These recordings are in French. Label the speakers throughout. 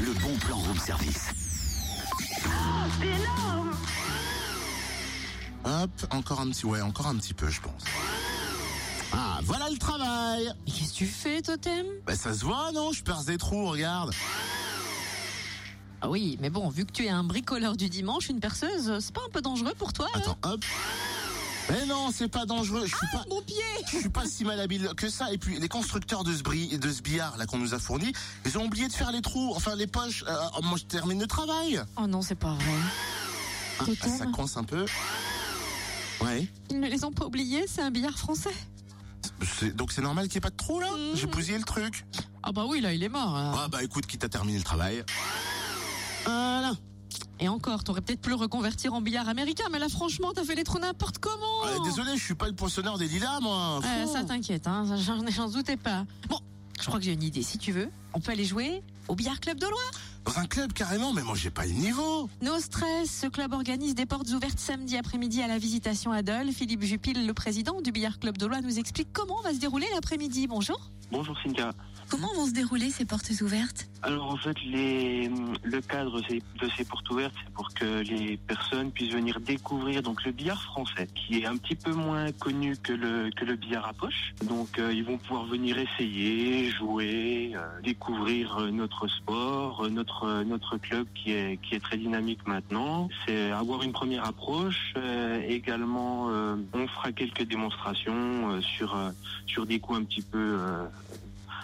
Speaker 1: le bon plan room service.
Speaker 2: Hop, encore un petit, ouais, encore un petit peu, je pense. Ah, voilà le travail.
Speaker 3: Mais qu'est-ce que tu fais, Totem
Speaker 2: Bah ça se voit, non Je perce des trous, regarde.
Speaker 3: Ah oui, mais bon, vu que tu es un bricoleur du dimanche, une perceuse, c'est pas un peu dangereux pour toi hein là
Speaker 2: Attends, hop. Mais non, c'est pas dangereux. Je suis pas,
Speaker 3: Ah, Mon pied
Speaker 2: je suis pas si malhabile que ça. Et puis les constructeurs de ce bri- de ce billard là qu'on nous a fourni, ils ont oublié de faire les trous, enfin les poches. Euh, moi, je termine le travail.
Speaker 3: Oh non, c'est pas vrai.
Speaker 2: Ah,
Speaker 3: Totem.
Speaker 2: ça coince un peu. Ouais.
Speaker 3: Ils ne les ont pas oubliés, c'est un billard français.
Speaker 2: C'est- Donc c'est normal qu'il n'y ait pas de trou là
Speaker 3: Mmh.
Speaker 2: J'ai bousillé le truc.
Speaker 3: Ah bah oui, là, il est mort. hein.
Speaker 2: Ah bah écoute, quitte à terminer le travail. Voilà.
Speaker 3: Et encore, t'aurais peut-être pu le reconvertir en billard américain, mais là, franchement, t'as fait les trous n'importe comment.
Speaker 2: Ouais, Ah, désolé, je suis pas le poinçonneur des lilas moi.
Speaker 3: Oh. Euh,
Speaker 2: Fou.
Speaker 3: ça t'inquiète, hein, ça, j'en j'en doutais pas. Bon, je crois que j'ai une idée. Si tu veux, on peut aller jouer au billard club de Loire.
Speaker 2: Dans un club carrément, mais moi j'ai pas le niveau.
Speaker 3: No stress, ce club organise des portes ouvertes samedi après-midi à la visitation Adol. Philippe Jupil, le président du billard club de Loire, nous explique comment va se dérouler l'après-midi. Bonjour.
Speaker 4: Bonjour Cynthia.
Speaker 5: Comment vont se dérouler ces portes ouvertes
Speaker 4: Alors en fait, les, le cadre c'est- de ces portes ouvertes, c'est pour que les personnes puissent venir découvrir donc le billard français, qui est un petit peu moins connu que le que le billard à poche. Donc euh, ils vont pouvoir venir essayer, jouer, euh, découvrir euh, notre sport, euh, notre euh, notre club qui est qui est très dynamique maintenant. C'est avoir une première approche. euh, également, euh, on fera quelques démonstrations euh, sur euh, sur des coups un petit peu euh,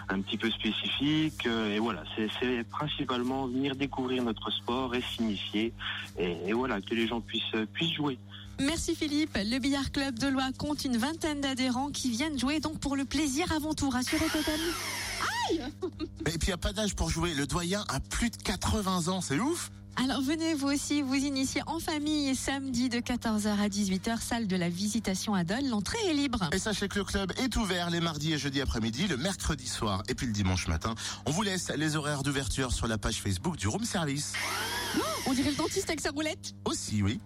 Speaker 4: un petit peu spécifique. euh, et voilà, c'est- c'est principalement venir découvrir notre sport et s'initier. Et, et voilà, que les gens puissent, euh, puissent jouer.
Speaker 3: Merci Philippe. Le billard club de Loire compte une vingtaine d'adhérents qui viennent jouer donc pour le plaisir avant tout. Rassurez Totem.
Speaker 2: Mais puis y a pas d'âge pour jouer. Le doyen a plus de 80 ans, c'est ouf.
Speaker 3: Alors venez vous aussi vous initier en famille samedi de 14h à 18h, salle de la visitation Adol. L'entrée est libre.
Speaker 2: Et sachez que le club est ouvert les mardis et jeudis après-midi, le mercredi soir et puis le dimanche matin. On vous laisse les horaires d'ouverture sur la page Facebook du Room Service.
Speaker 3: On dirait le dentiste avec sa roulette.
Speaker 2: Aussi, oui.